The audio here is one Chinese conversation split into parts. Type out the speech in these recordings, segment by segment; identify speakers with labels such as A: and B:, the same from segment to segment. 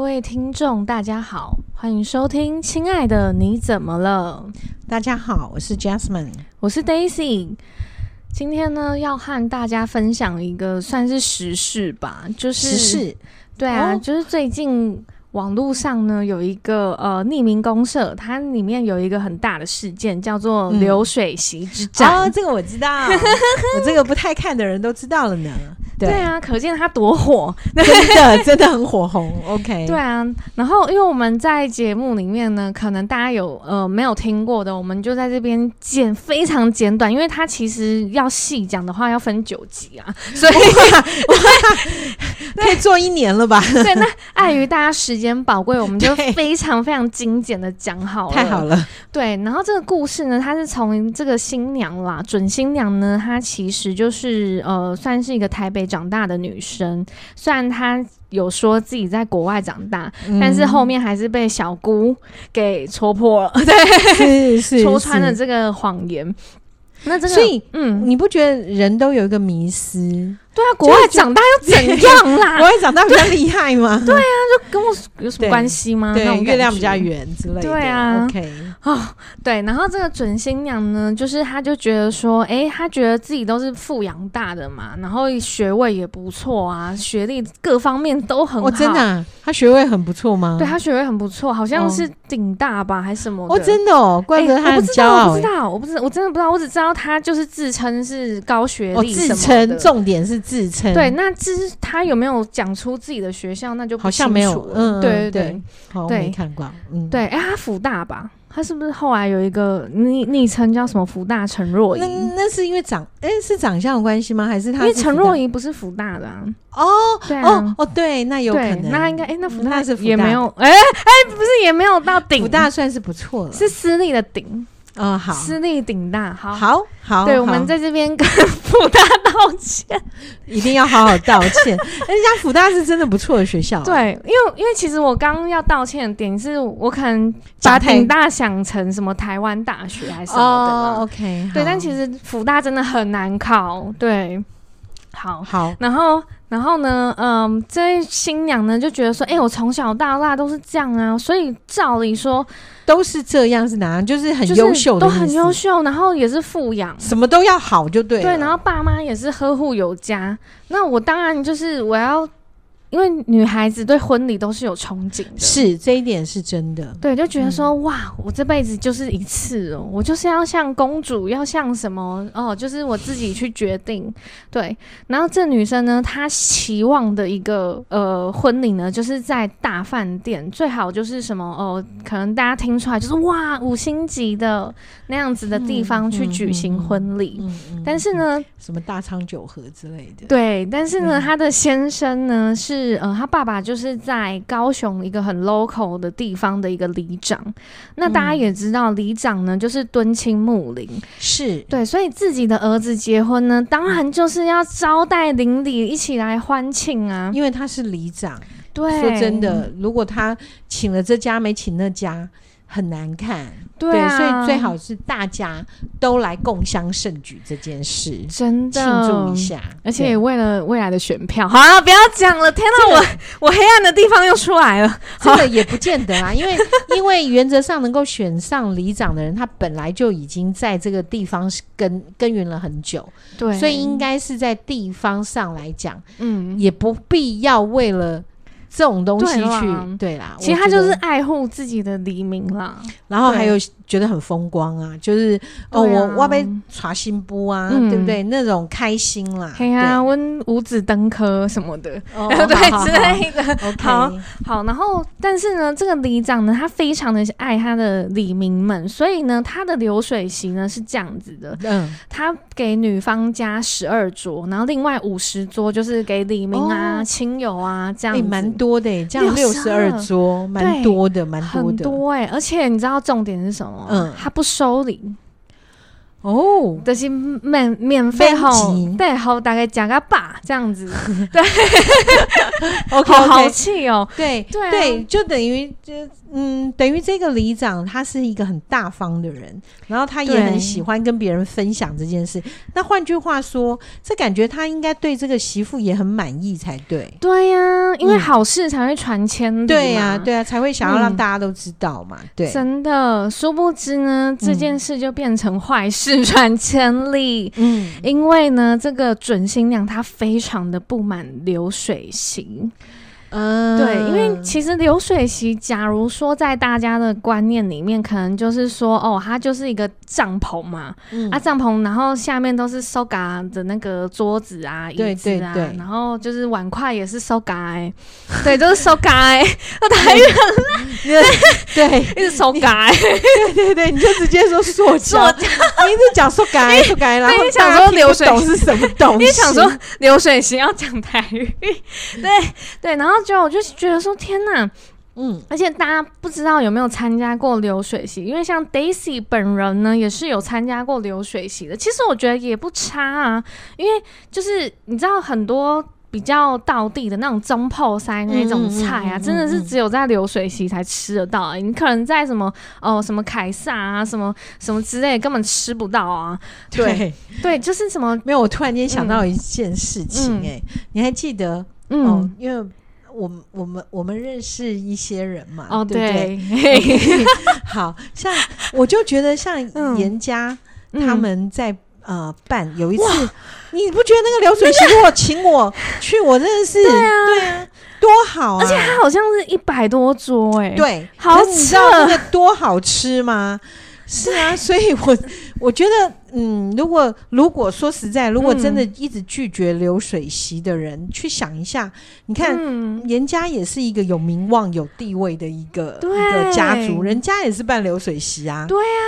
A: 位听众，大家好，欢迎收听《亲爱的你怎么了》，
B: 大家好，我是 Jasmine。
A: 我是 Daisy。今天呢，要和大家分享一个算是时事吧，就是
B: 时事
A: 对啊，
B: 哦
A: 就是最近网络上呢有一个呃匿名公社，它里面有一个很大的事件叫做
B: 嗯
A: 流水席之战。
B: 哦，这个我 知道，我这个不太看的人都知道了呢。啊
A: 对啊，可见它多火。
B: 真的真的很火红。OK，
A: 对啊，然后因为我们在节目里面呢，可能大家有呃没有听过的，我们就在这边简非常简短，因为它其实要细讲的话要分九集啊， 所以
B: 可以做一年了吧？
A: 对，那碍于大家时间宝贵，我们就
B: 对
A: 非常非常精简的讲好了。
B: 太好了，
A: 对，然后这个故事呢，它是从这个新娘啦，准新娘呢，她其实就是呃，算是一个台北长大的女生，虽然她有说自己在国外长大，
B: 嗯
A: 但是后面还是被小姑给戳破了，
B: 是是
A: 戳穿了
B: 是
A: 这个谎言。那这个，
B: 所以
A: 嗯，
B: 你不觉得人都有一个迷失？
A: 对啊，国外长大又 怎样啦？
B: 我会长大比较厉害 吗？对
A: 跟我有什么
B: 对
A: 关系吗？啊那种感
B: 对，月亮比
A: 觉
B: 较圆之类的。
A: 对啊
B: ，OK，
A: 哦，对，然后这个准新娘呢，就是她就觉得说，诶，她觉得自己都是富养大的嘛，然后学位也不错啊，学历各方面都很好，
B: 哦，真的啊，他学位很不错吗？
A: 对她学位很不错，好像
B: 哦
A: 是顶大吧，还是什么的？
B: 哦，真的哦，怪不得
A: 诶
B: 他
A: 哎我
B: 很
A: 不知
B: 骄
A: 道，我
B: 傲
A: 不
B: 欸
A: 知。道，我不知，我真的不知道，我只知道她就是自称是高学
B: 哦，
A: 历什么
B: 自
A: 的，
B: 称重点是自称，
A: 对，，那至于她有没有讲出自己的学校，那就不
B: 好像
A: 清
B: 没有
A: 楚了
B: 嗯嗯
A: 对对
B: 对
A: 对。
B: 好，我
A: 对
B: 没看过，嗯，
A: 对，哎、他福大吧？他是不是后来有一个昵昵称叫什么福大陈若仪？
B: 那
A: 因
B: 那是因为长哎、是长相有关系吗？还嗯是他
A: 为陈若
B: 仪
A: 仪不是福大的 啊，
B: 哦
A: 对啊，
B: 哦哦对，那有可
A: 对，
B: 能，
A: 那他应该哎、那福
B: 嗯
A: 大
B: 那是福
A: 也
B: 大
A: 没
B: 的
A: 有，哎哎、不是也没有到顶，
B: 福大算是不错了，
A: 是私立的顶，
B: 嗯、好
A: 私立顶大，好。
B: 好好，
A: 对，
B: 好
A: 我们在这边跟 福大道歉。
B: 一定要好好道 歉，人家福大是真的不错的学校，，啊哦
A: 对，因为因为其实我刚刚要道歉的点是，我可能
B: 讲
A: 把
B: 太
A: 顶大想成什么台湾大学还是什么的
B: 哦
A: 啦。
B: ，OK，
A: 对，但其
B: 实
A: 实福大真的很难考。对，好，
B: 好，
A: 然后，然后呢，嗯，这位新娘呢就觉得说，哎、我从小到大都是这样啊，所以照理说
B: 都是这样是哪样？就是很
A: 就是
B: 优秀
A: 都
B: 的意思，
A: 很优秀，然后也是富养，
B: 什么都要好就对了，啊
A: 对，然后爸妈也是呵护有加。那我当然就是我要，因为女孩子对婚礼都是有憧憬的，
B: 是这一点是真的，
A: 对，就
B: 嗯
A: 觉得说、哇，我这辈子就是一次哦，我就是要像公主，要像什么哦，就是我自己去决定。对，然后这女生呢，她期望的一个呃婚礼呢，就是在大饭店，最好就是什么哦，可能大家听出来就是哇五星级的那样子的地方去
B: 嗯
A: 举行
B: 嗯嗯
A: 婚礼。
B: 嗯嗯
A: 但是呢，
B: 什么大昌九和之类的，
A: 对，但是呢，
B: 嗯
A: 她的先生呢是呃，她爸爸就是在高雄一个很 local 的地方的一个里长。那大家
B: 嗯
A: 也知道，里长呢就是敦亲睦邻，
B: 是
A: 对，所以自己的儿子结婚呢，当然就是要招待邻里一起来欢庆啊。
B: 因为他是里长。
A: 对，
B: 说真，的，如果他请了这家没请那家，很难看。
A: 对,、啊、
B: 所以最好是大家都来共襄盛举这件事，
A: 真的
B: 庆祝一。下。
A: 而且也
B: 对
A: 为了未来的选票，好了，不要讲了。天哪，我我黑暗的地方又出来了。
B: 这个也不见得啊啦，因为 因为原则上能够选上里长的人，他本来就已经在这个地方是耕耕耘了很久，
A: 对，
B: 所以应该是在地方上来讲，
A: 嗯，
B: 也不必要为了。这种东西
A: 对
B: 去
A: 啦
B: 对啦，
A: 其实
B: 我
A: 他
B: 觉
A: 就
B: 得
A: 是爱护自己的黎明啦。
B: 然后还
A: 对
B: 有觉得很风光啊，就是哦，
A: 对啊
B: 我我被耍新布啊，
A: 嗯
B: 对不对？那种开心啦，
A: 嘿啊，温五子登科什么的，
B: 对，哦
A: 对之。类的。
B: 好好好
A: 好
B: OK，
A: 好，然后但是呢，这个里长呢，他非常的爱他的里民们，所以呢，他的流水席呢是这样子的，
B: 嗯，
A: 他给女方家十二桌，然后另外五十桌就是给里民啊、
B: 哦
A: 亲友啊这样
B: 哎，
A: 子，
B: 蛮多的耶，这样六十
A: 62
B: 二桌，蛮多的，蛮多
A: 很
B: 的。
A: 多哎、而且你知道重点是什么？
B: 嗯
A: 他不收礼，
B: 哦，
A: 就是免免费吼
B: 免钱，
A: 对，吼大概讲个吧，这样 子，
B: OK，
A: 好豪气哦，
B: 对
A: 对啊
B: 对，就等于这嗯，等于这个里长他是一个很大方的人，然后他也
A: 对
B: 很喜欢跟别人分享这件事。那换句话说，这感觉他应该对这个媳妇也很满意才对。
A: 对呀、因为
B: 嗯
A: 好事才会传千里嘛，
B: 对呀、啊对呀、才会想要让
A: 嗯
B: 大家都知道嘛。对，
A: 真的，殊不知呢，这件事就变成坏事传千里。
B: 嗯，
A: 因为呢，这个准新娘她非常的不满流水席，
B: 嗯
A: 对，因为其实流水席，假如说在大家的观念里面，可能就是说，哦，它就是一个帐篷嘛，
B: 嗯
A: 啊，帐篷，然后下面都是收嘎的那个桌子啊、
B: 对
A: 椅子啊，
B: 对对
A: 然后就是碗筷也是收嘎、欸，对，都是收嘎、欸，我台语
B: 对
A: 一直收嘎、欸，
B: 对对，你就直接说塑胶，
A: 塑
B: 你一直讲塑胶 塑胶，然后
A: 因为想
B: 大家
A: 说
B: 听
A: 流
B: 不
A: 水
B: 懂是什么东西，
A: 因为想说流水席要讲台语， 对对，然后就我就觉得说，天哪！
B: 嗯
A: 而且大家不知道有没有参加过流水席，因为像 Daisy 本人呢，也是有参加过流水席的。其实我觉得也不差啊，因为就是你知道很多。比较道地的那种中泡塞那种菜啊，
B: 嗯嗯嗯嗯
A: 真的是只有在流水席才吃得到、啊。你可能在什么哦什么凯撒啊，什么什么之类，根本吃不到啊。对
B: 对。
A: 对，就是什么
B: 没有，我突然间想到一件事情、哎、你还记得、
A: 嗯
B: 哦
A: 哦？
B: 因为我们我们我们认识一些人嘛，啊对不对？
A: 哦对，嘿嘿
B: 好像我就觉得像
A: 嗯
B: 严家、
A: 嗯
B: 他们在。呃，办有一次，你不觉得那个流水席如果请我去，我真的是
A: 对啊
B: 对啊，多好啊！
A: 而且它好像是一百多桌哎、欸，
B: 对，
A: 好
B: 可是你知道那个多好吃吗？ 是啊，所以我我觉得，嗯，如果如果说实在，
A: 嗯
B: 如果真的一直拒绝流水席的人，去想一下，你看。
A: 嗯，
B: 人家也是一个有名望、有地位的一个
A: 对
B: 一个家族，人家也是办流水席啊，
A: 对啊，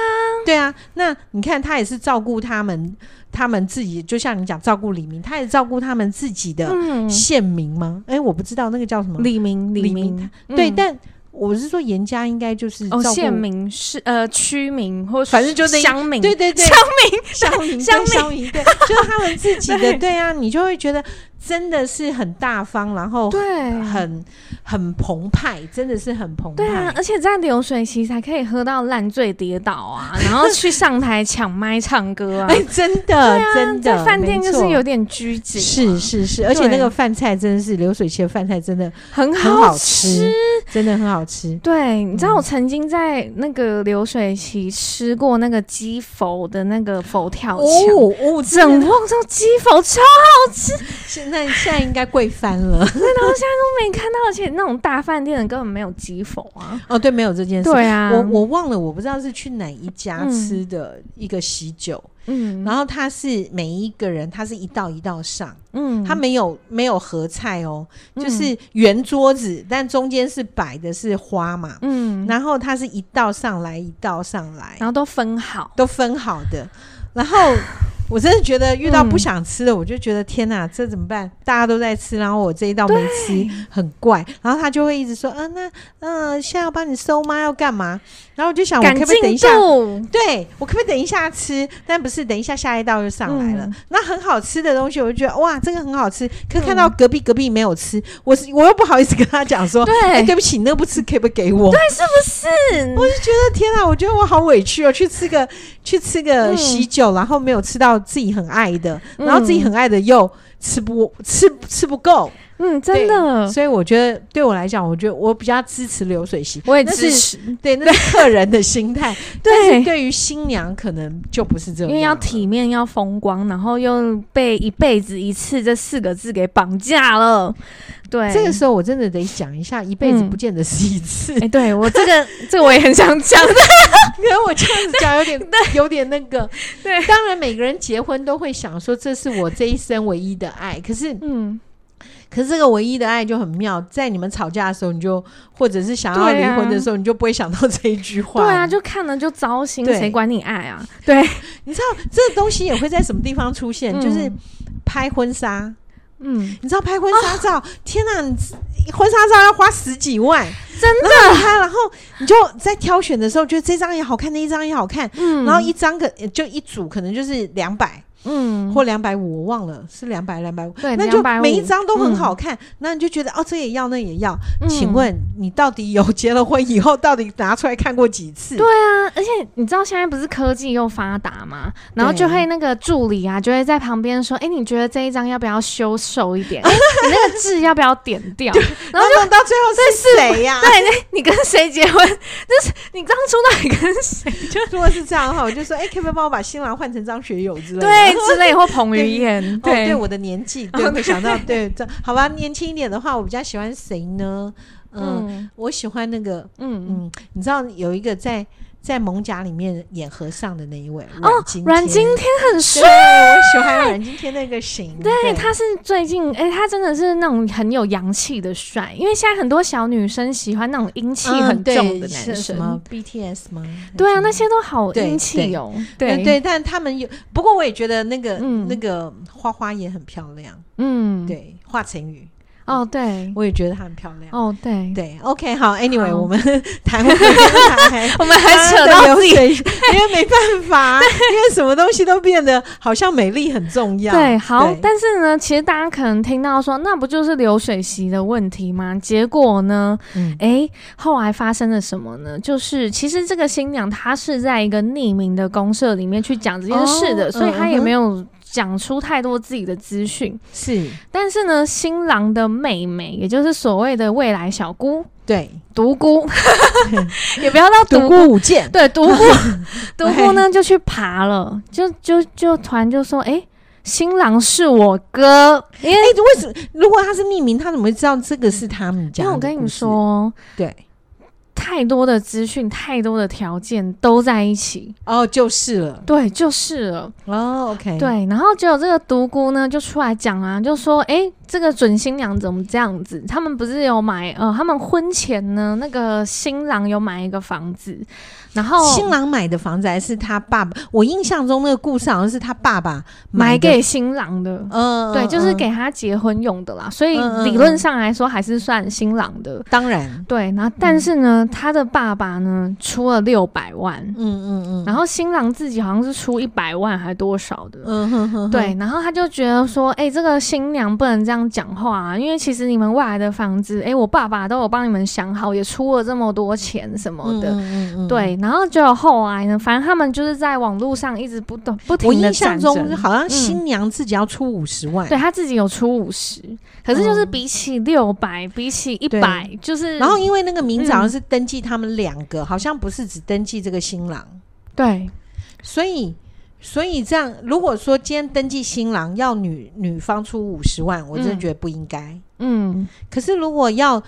B: 对啊。那你看，他也是照顾他们，他们自己，就像你讲照顾李明，他也照顾他们自己的
A: 嗯，
B: 县民吗？哎、我不知道那个叫什么，
A: 李明，
B: 李
A: 明，
B: 对，
A: 嗯
B: 但我是说严家应该就是
A: 哦，
B: 照顾
A: 县民是呃区民或
B: 反正就那一
A: 乡民，
B: 对对对，
A: 乡
B: 乡民，
A: 乡
B: 乡
A: 民
B: 乡民，对，就是他们自 己的，
A: 对
B: 对啊，你就会觉得真的是很大方，然后
A: 对
B: 很很澎湃，真的是很澎
A: 对啊
B: 湃，，
A: 而且在流水席才可以喝到烂醉跌倒啊，然后去上台抢麦唱歌 啊，
B: 哎，真的
A: 对啊
B: 真的，
A: 在饭店就是有
B: 没错。
A: 点拘谨啊，
B: 是是是，而且那
A: 对
B: 个饭菜真的是流水席的饭菜，真的
A: 很
B: 很
A: 好
B: 吃，真的很好吃。
A: 对，你知
B: 嗯
A: 道我曾经在那个流水席吃过那个鸡佛的那个佛跳墙，
B: 哦哦，
A: 整
B: 真的
A: 瓮都鸡佛超
B: 现在现在应该贵翻了。
A: 都没看到，而且那种大饭店的根本没有鸡佛啊。
B: 哦，对，没有这件事。
A: 对啊，
B: 我我忘了，我不知道是去哪一家
A: 嗯
B: 吃的一个喜酒，
A: 嗯
B: 然后它是每一个人，它是一道一道上，
A: 嗯
B: 它没有没有合菜哦，
A: 嗯
B: 就是圆桌子，但中间是摆的是花嘛，
A: 嗯，
B: 然后它是一道上来一道上来
A: 然，后都分好，
B: 都分好的，然后。我真的觉得
A: 嗯
B: 遇到不想吃的，我就觉得天哪，这怎么办？大家都在吃，然后我这一道没吃，很怪。然后他就会一直说，嗯、那嗯、呃现在要帮你收吗？要干嘛？然后我就想，我
A: 赶
B: 可不可以等一
A: 进
B: 下
A: 度。
B: 对我可不可以等一下吃？但不是，等一下下一道就上来了。
A: 嗯
B: 那很好吃的东西，我就觉得哇，这个很好吃。可看到隔壁隔壁没有吃，我是我又不好意思跟他讲说，
A: 嗯
B: 哎、
A: 对，
B: 对不起，你那个不吃可不可以给我？
A: 对，是不是？
B: 我就觉得天啊，我觉得我好委屈哦，去吃个去吃个
A: 嗯
B: 喜酒，然后没有吃到自己很爱的，
A: 嗯
B: 然后自己很爱的又吃不吃吃不够，
A: 嗯，真的，
B: 所以我觉得对我来讲，我觉得我比较支持流水席。
A: 我也
B: 那是
A: 支持，
B: 对，那 是客人的心态，但
A: 对
B: 是对于新娘可能就不是这样啊
A: 因
B: 了，
A: 为要体面，要风光，然后又被一辈子一次这四个字给绑架了。对，
B: 这个时候我真的得讲一下，一辈子不见得是一次。
A: 哎，对我这 个这个我也很想讲，
B: 可能我这样子讲有 点有点那个。
A: 对
B: 当然每个人结婚都会想说，这是我这一生唯一的爱。可是，
A: 嗯，
B: 可是这个唯一的爱就很妙，在你们吵架的时候，你就或者是想要
A: 对
B: 离
A: 啊
B: 婚的时候，你就不会想到这一句话。
A: 对啊，就看了就糟心，
B: 对
A: 谁管你爱啊？对，
B: 这东西也会在什么地方出现，
A: 嗯
B: 就是拍婚纱。
A: 嗯，
B: 你知道拍婚纱照，天哪、你婚纱照要花十几 万，
A: 真
B: 的拍，然后你就在挑选的时候，觉得这张也好看，那一张也好看，
A: 嗯
B: 然后一张可就一组，可能就是两百
A: 嗯，
B: 或两百五，我忘了是两百两百五，
A: 对，
B: 那就
A: 250
B: 每一张都很好看，那你就觉得哦，这也要，那也要。请，问你到底有结了婚以后，到底拿出来看过几次？
A: 对啊，而且你知道现在不是科技又发达嘛，然后就会那个助理啊，就会在旁边说：“哎、你觉得这一张要不要修瘦 一点？哎你那个痣要不要点 掉？
B: 然后弄到最后是谁呀、
A: 对，那你跟谁结婚？ 就是你当初到底跟谁？就
B: 如果是这样的话，我就说，哎、可不可以帮我把新郎换成张学友之类的？
A: 对之类，或彭于晏，
B: 哦，对
A: 对，
B: 我的年纪，对，没想到，对，这好吧，年轻一点的话，我比较喜欢谁呢？嗯，
A: 嗯
B: 我喜欢那个，
A: 嗯，
B: 嗯，你知道有一个在在蒙甲里面演和尚的那一位，
A: 哦
B: 阮经
A: 阮经
B: 天
A: 天很
B: 对，
A: 帅。
B: 我喜欢阮经天那个型，
A: 对，他是最近，哎、他真的是那种很有阳气的帅，因为现在很多小女生喜欢那种阴气
B: 嗯
A: 很
B: 对
A: 重的
B: 是
A: 男
B: 什
A: 生。
B: 么 BTS 吗？还是
A: 对啊，
B: 什么
A: 那些都好
B: 对
A: 阴气哦。
B: 对
A: 对，
B: 对，但他们有，不过我也觉得那个
A: 嗯
B: 那个花花也很漂亮，
A: 嗯，，
B: 对，华晨宇，
A: 哦对，
B: 我也觉得她很漂亮。
A: 哦对，
B: 对，OK，好，Anyway，
A: 好
B: 我们谈婚 谈还
A: 我们 还扯
B: 啊
A: 到
B: 流
A: 自 己。
B: 水，因为没办法，因为什么东西都变得好像美丽很重要。
A: 对，好
B: 对，
A: 但是呢，其实大家可能听到说，那不就是流水席的问题吗？结果呢，
B: 嗯
A: 诶，哎后来发生了什么呢？就是其实这个新娘她是在一个匿名的公社里面去讲这件事的，
B: 哦
A: 所以她也
B: 嗯哼
A: 没有讲出太多自己的资讯。
B: 是，
A: 但是呢，新郎的妹妹，也就是所谓的未来小姑、
B: 对，
A: 独 孤，也不要到独
B: 独
A: 孤，
B: 孤舞剑，
A: 对独 孤，独孤呢就去爬了，就就就突然就说，诶，新郎是我哥，因为
B: 哎、为什么？如果他是匿名，他怎么会知道这个是他们家？
A: 因为我跟你，说，
B: 对，
A: 太多的资讯，太多的条件都在一起，
B: 哦，就是了，
A: 对，就是了，
B: 哦，OK，，
A: 对。然后结果这个独孤呢就出来讲啊，就说，诶，这个准新娘怎么这样子？他们不是有买呃，他们婚前呢，那个新郎有买一个房子，然后
B: 新郎买的房子还是他爸爸？我印象中那个故事好像是他爸爸
A: 买
B: 的，
A: 给新郎的。
B: 嗯，嗯
A: 对，就是。
B: 嗯
A: 给他结婚用的啦，所以
B: 嗯嗯
A: 理论上来说还是算新郎的。
B: 当然，
A: 对，然后
B: 嗯
A: 但是呢，他的爸爸呢出了六百万，
B: 嗯嗯嗯，
A: 然后新郎自己好像是出一百万还多少的。
B: 嗯哼哼，
A: 对，然后他就觉得说，哎、这个新娘不能这样讲话、啊，因为其实你们未来的房子，哎、我爸爸都有帮你们想好，也出了这么多钱什么
B: 嗯
A: 的，
B: 嗯嗯嗯
A: 对。然后就后来呢，反正他们就是在网络上一直不断不
B: 我
A: 停的
B: 印
A: 战
B: 象
A: 争。
B: 中好像
A: 嗯
B: 新娘自己要出五十万，
A: 对他自己有出五十，可是就是
B: 嗯
A: 比起六百、比起一百，就是
B: 然后因为那个名字好像是登记他们两个，好像不是只登记这个新郎，
A: 对
B: 所以所以这样，如果说今天登记新郎要女女方出五十万，我真的
A: 嗯
B: 觉得不应该。
A: 嗯，
B: 可是如果要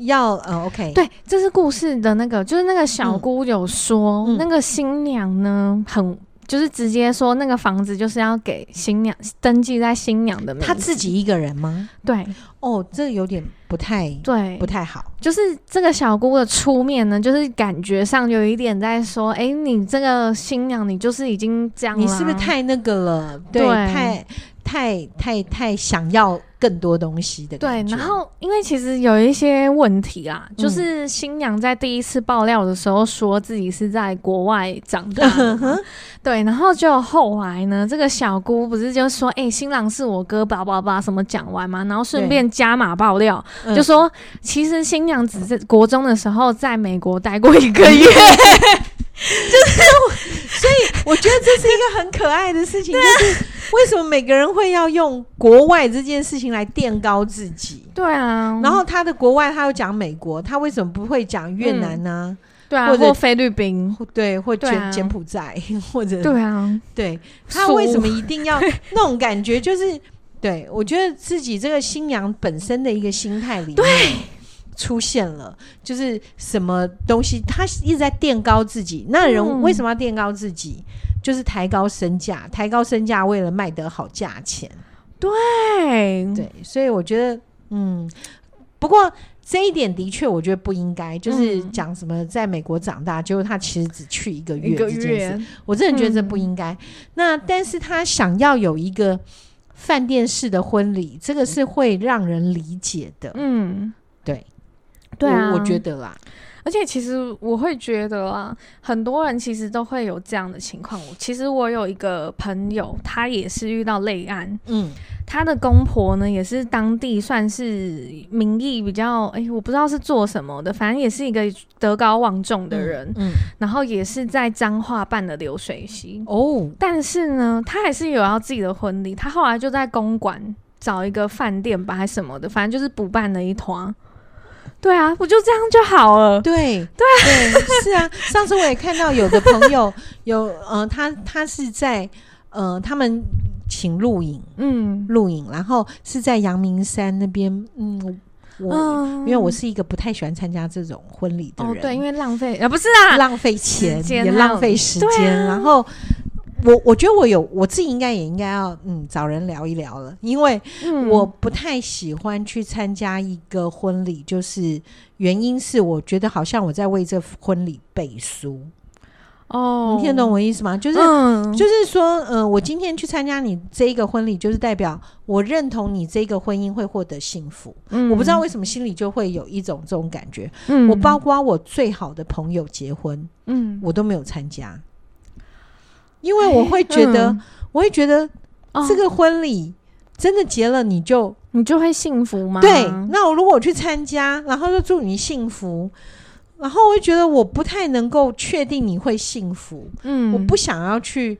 B: 要呃，OK，，
A: 对，这是故事的那个，就是那个小
B: 嗯
A: 姑有说，
B: 嗯
A: 那个新娘呢，很就是直接说那个房子就是要给新娘登记在新娘的名字，
B: 他自己一个人吗？
A: 对
B: 哦，这有点不太
A: 对
B: 不，太好。
A: 就是这个小姑的出面呢，就是感觉上有一点在说，哎、你这个新娘你就是已经这样，
B: 你是不是？太那个了？对，
A: 对
B: 太太太太想要更多东西的
A: 对
B: 感，觉
A: 然 后因为其实有一些问题啦，就
B: 嗯
A: 是新娘在第一次爆料的时候说自己是在国外长大
B: 嗯
A: 的嘛，对，然后就后来呢，这个小姑不是就说，哎、新郎是我哥，叭叭叭，什么讲完嘛，然后顺便加码爆料，
B: 嗯
A: 就说其实新娘只是国中的时候在美国待过一个 月，
B: 我觉得这是一个很可爱的事情，就是为什么每个人会要用国外这件事情来垫高自己。
A: 对啊，
B: 然后他的国外，他又讲美国，他为什么不会讲越南呢、
A: 对啊，
B: 或者
A: 或菲律宾，
B: 或嗯对，或
A: 对
B: 柬、
A: 啊
B: 柬埔寨，或者
A: 对啊，
B: 对他
A: 苏
B: 为什么一定 要那种感觉？就是对我觉得自己这个新娘本身的一个心态里面出现了，就是什么东西，他一直在垫高自己。那人
A: 嗯
B: 为什么要垫高自己？就是抬高身价，抬高身价为了卖得好价钱。
A: 对，
B: 对，所以我觉得，嗯，不过这一点的确我觉得不应该，就是
A: 嗯
B: 讲什么在美国长大，结果他其实只去一个月
A: 一个
B: 这件事
A: 月，嗯
B: 我真的觉得这不应该。那但是他想要有一个饭店式的婚礼，这个是会让人理解的。
A: 嗯，
B: 对，
A: 对啊，
B: 我我觉得啦，
A: 而且其实我会觉得啊，很多人其实都会有这样的情况。我其实我有一个朋友，他也是遇到类案，
B: 嗯，
A: 他的公婆呢也是当地算是名义比较，哎、我不知道是做什么的，反正也是一个德高望重的人，
B: 嗯，
A: 然后也是在彰化办的流水席。
B: 哦，
A: 但是呢，他还是有要自己的婚礼，他后来就在公馆找一个饭店吧，还是什么的，反正就是补办了一团。对啊，我就这样就好了。
B: 对对对，是啊。上次我也看到有的朋友 有，呃，他他是在呃，他们请录影
A: 嗯，
B: 录影，然后是在阳明山那边，嗯，我、
A: 嗯
B: 因为我是一个不太喜欢参加这种婚礼的
A: 哦
B: 人，，
A: 对，因为浪费啊，不是 啊，
B: 浪费钱
A: 时间
B: 也
A: 浪
B: 浪费时
A: 对啊
B: 间，然后。我我觉得我有我自己应该也应该要嗯找人聊一聊了，因为
A: 嗯
B: 我不太喜欢去参加一个婚礼，就是原因是我觉得好像我在为这婚礼背书，
A: 哦，
B: 你听得懂我意思吗？就是、
A: 嗯，
B: 就是说，呃，我今天去参加你这一个婚礼，就是代表我认同你这个婚姻会获得幸福。
A: 嗯
B: 我不知道，为什么心里就会有一种这种感觉。
A: 嗯
B: 我包，括我最好的朋友结婚，
A: 嗯，
B: 我都没有参加，因为我会觉得，
A: 哎嗯
B: 我会觉得
A: 哦
B: 这个婚礼真的结了你就。
A: 你就会幸福吗？嗯
B: 对，那我如果我去参加，然后就祝你幸福，然后我就觉得我不太能够确定你会幸福，
A: 嗯，
B: 我不想要去、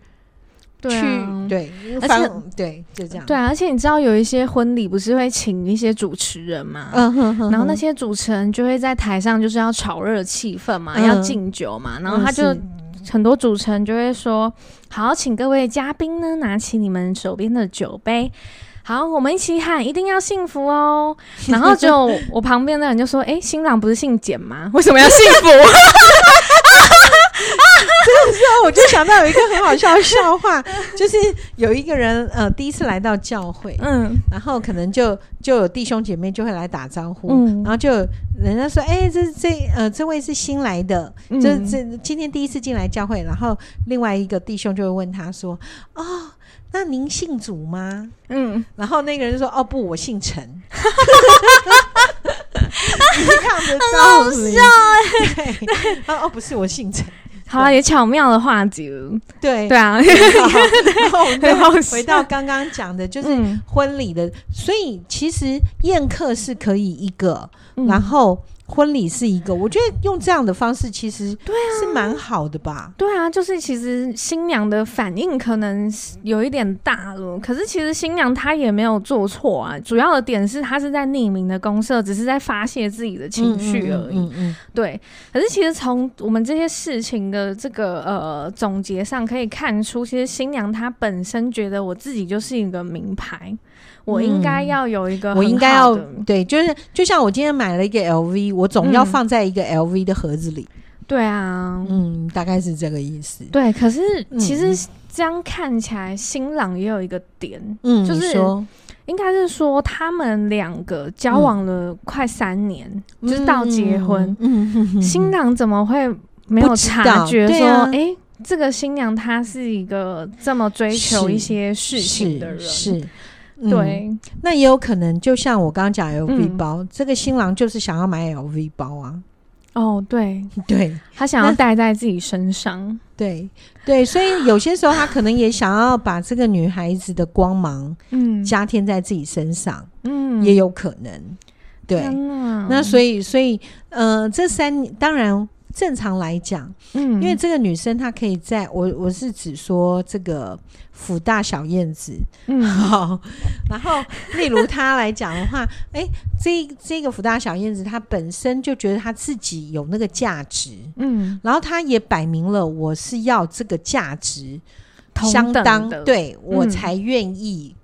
A: 对啊
B: 去对，
A: 而
B: 反
A: 且
B: 对就这样，
A: 对啊，而且你知道有一些婚礼不是会请一些主持人吗？
B: 嗯哼哼，
A: 然后那
B: 哼
A: 些主持人就会在台上就是要炒热气氛嘛，
B: 嗯
A: 要敬酒嘛，然后他就、
B: 嗯
A: 很多主持人就会说：“好，请各位嘉宾呢拿起你们手边的酒杯，好，我们一起喊，一定要幸福哦。”然后就我旁边的人就说：“诶，新郎不是姓简吗？ 为什么要幸福？”
B: 啊我就想到有一个很好笑的笑话，就是有一个人呃第一次来到教会，
A: 嗯
B: 然后可能就就有弟兄姐妹就会来打招呼，
A: 嗯
B: 然后就有人家说，哎、这这呃这位是新来的，
A: 嗯
B: 这这今天第一次进来教会，然后另外一个弟兄就会问他说，哦，那您信主吗？
A: 嗯，
B: 然后那个人就说，哦不，我 姓陈。一样的道理，
A: 欸
B: 对，然后哦，不是我姓陈，
A: 好了，也巧妙的化解了。
B: 对
A: 对啊，
B: 然后然后我们
A: 很好
B: 就
A: 笑
B: 回到刚刚讲的，就是
A: 嗯，
B: 婚礼的，所以其实宴客是可以一个，
A: 嗯
B: 然后婚礼是一个，我觉得用这样的方式其实对啊是蛮好的吧。
A: 对啊，就是其实新娘的反应可能是有一点大了，可是其实新娘她也没有做错啊。主要的点是她是在匿名的公社，只是在发泄自己的情绪而已。
B: 嗯嗯
A: 对，可是其实从我们这些事情的这个呃总结上可以看出，其实新娘她本身觉得我自己就是一个名牌，我应该
B: 嗯
A: 要有一个
B: 我
A: 很
B: 应该
A: 好
B: 要
A: 的
B: 对，就是就像我今天买了一个 LV，我总要
A: 嗯
B: 放在一个 LV 的盒子里，
A: 对啊，
B: 嗯，大概是这个意思。
A: 对。可是其
B: 嗯
A: 实这样看起来，新郎也有一个点，
B: 嗯，
A: 就
B: 你
A: 是
B: 说
A: 应该是说他们两个交往了快三年，
B: 嗯
A: 就是到结婚，，
B: 嗯，嗯嗯嗯嗯
A: 新郎怎么会没有
B: 不知道
A: 察觉
B: 对
A: 说，
B: 啊
A: 诶，这个新娘她是一个这么追求一些事情的人，
B: 是。是嗯
A: 对，
B: 那也有可能，就像我刚刚讲 LV
A: 嗯
B: 包，这个新郎就是想要买 LV 包啊，
A: 哦，对，
B: 对，
A: 她想要
B: 那
A: 戴在自己身上，
B: 对对，所以有些时候他可能也想要把这个女孩子的光芒
A: 嗯
B: 加添在自己身上，
A: 嗯，
B: 也有可能。对，那
A: 那
B: 所以所以呃，这三年当然正常来讲，
A: 嗯，
B: 因为这个女生她可以在我我是指说这个福大小燕子，
A: 嗯
B: 好，然后例如她来讲的话， 哎，这这个福大小燕子她本身就觉得她自己有那个价值，
A: 嗯
B: 然后他也摆明了我是要这个价值
A: 同
B: 相当
A: 等，的
B: 对我
A: 嗯
B: 才愿意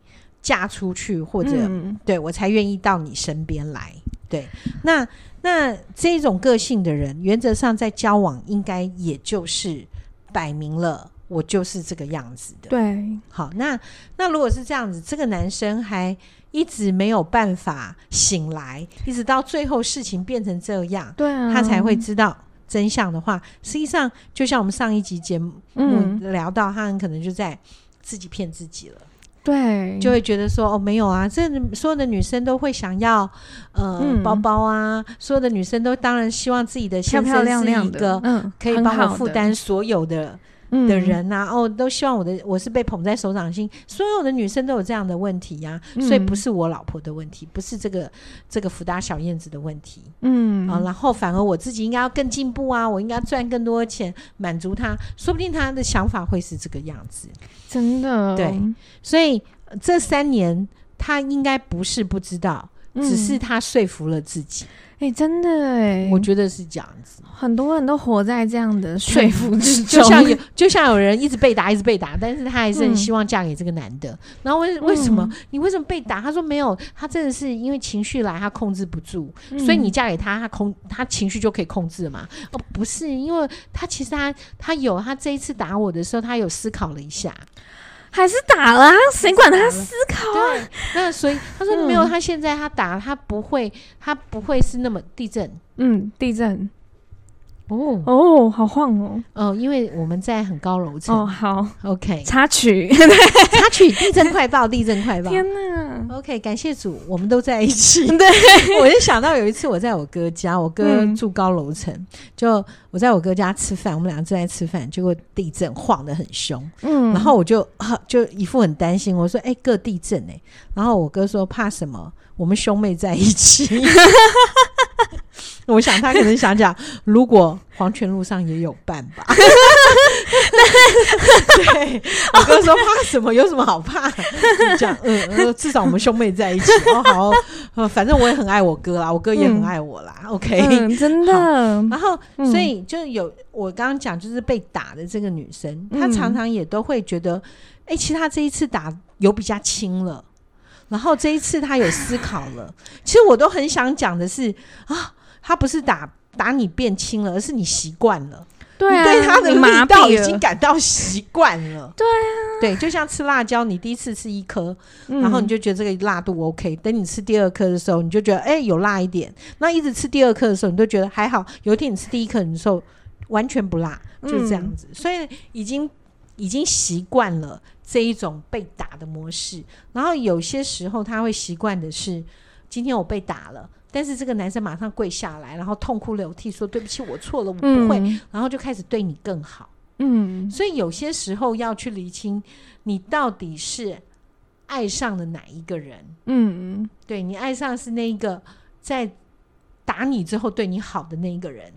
B: 嫁出去，或者、
A: 嗯
B: 对我才愿意到你身边来。对，那那这种个性的人，原则上在交往应该也就是摆明了我就是这个样子的。
A: 对，
B: 好，那那如果是这样子，这个男生还一直没有办法醒来，一直到最后事情变成这样，
A: 对啊，
B: 他才会知道真相的话，实际上就像我们上一集节目
A: 嗯
B: 聊到，他很可能就在自己骗自己了。
A: 对，
B: 就会觉得说哦，没有啊，这所有的女生都会想要呃、
A: 嗯
B: 包包啊，所有的女生都当然希望自己的
A: 漂
B: 先
A: 漂
B: 生
A: 亮
B: 是一
A: 亮
B: 个
A: 的，嗯，
B: 可以
A: 很
B: 帮我
A: 好
B: 负
A: 的嗯
B: 担所有的的人呐、哦，都希望我的我是被捧在手掌心，所有的女生都有这样的问题呀、
A: 嗯
B: 所以不是我老婆的问题，不是这个这个福大小燕子的问题
A: 嗯，
B: 啊、然后反而我自己应该要更进步啊，我应该赚更多的钱满足她，说不定她的想法会是这个样子。
A: 真的，
B: 对
A: 嗯，
B: 所以呃这三年她应该不是不知道，只是
A: 嗯
B: 她说服了自己，
A: 哎、真的哎、
B: 我觉得是这样子。
A: 很多人都活在这样的说服之中，
B: 就像有就像有人一直被打，一直被打，但是她还是很
A: 嗯
B: 希望嫁给这个男的。然后为为什么、你为什么被打？她说没有，她真的是因为情绪来，她控制不住，
A: 嗯
B: 所以你嫁给他，她控她情绪就可以控制嘛？哦，不是，因为她其实她她有她这一次打我的时候，她有思考了一下，
A: 嗯还是打了啊，谁管他思考啊？
B: 对，那所以她说
A: 嗯
B: 没有，她现在她打她不会，她不会是那么地震
A: 嗯，地震
B: 哦
A: 哦，好晃哦，
B: 哦，因为我们在很高楼层、
A: 哦，好
B: o k
A: 插曲，
B: 插曲地震快报，地震快报。
A: 天哪，
B: OK，感谢主，我们都在一起。
A: 对，
B: 我就想到有一次我在我哥家，我哥
A: 嗯
B: 住高楼层，就我在我哥家吃饭，我们俩正在吃饭，结果地震晃得很凶，
A: 嗯，
B: 然后我就、啊、就一副很担心，我说：“哎、哥地震哎、然后我哥说：“怕什么？我们兄妹在一起。” 我想他可能想讲，如果黄泉路上也有伴 吧。对，我哥说怕什么？有什么好怕？就这样，嗯，嗯至少我们兄妹在一起。哦，好哦呃反正我也很爱我哥啦，我哥也很
A: 嗯
B: 爱我啦。OK，、
A: 嗯，真的，
B: 然后，
A: 嗯
B: 所以就有我刚刚讲，就是被打的这个女生，
A: 嗯
B: 她常常也都会觉得，哎、其实她这一次打有比较轻了，然后这一次她有思考 了。其实我都很想讲的是啊，她不是打打你变轻了，而是你习惯了，
A: 对啊，
B: 你对她的
A: 你麻
B: 力道已
A: 痹
B: 经
A: 了，
B: 感到习惯了。对啊，对，就像吃辣椒，你第一次吃一颗，
A: 嗯
B: 然后你就觉得这个辣度 OK，等你吃第二颗的时候，你就觉得哎、有辣一点。那一直吃第二颗的时候，你都觉得还好。有一天你吃第一颗的时候完全不辣，就是这
A: 嗯
B: 样子。所以已经已经习惯了这一种被打的模式。然后有些时候他会习惯的是，今天我被打了，但是这个男生马上跪下来，然后痛哭流涕说对不起，我错了，我不会，
A: 嗯
B: 然后就开始对你更好。
A: 嗯
B: 所以有些时候要去厘清，你到底是爱上了哪一个人？
A: 嗯，
B: 对你爱上是那一个在打你之后对你好的那一个 人，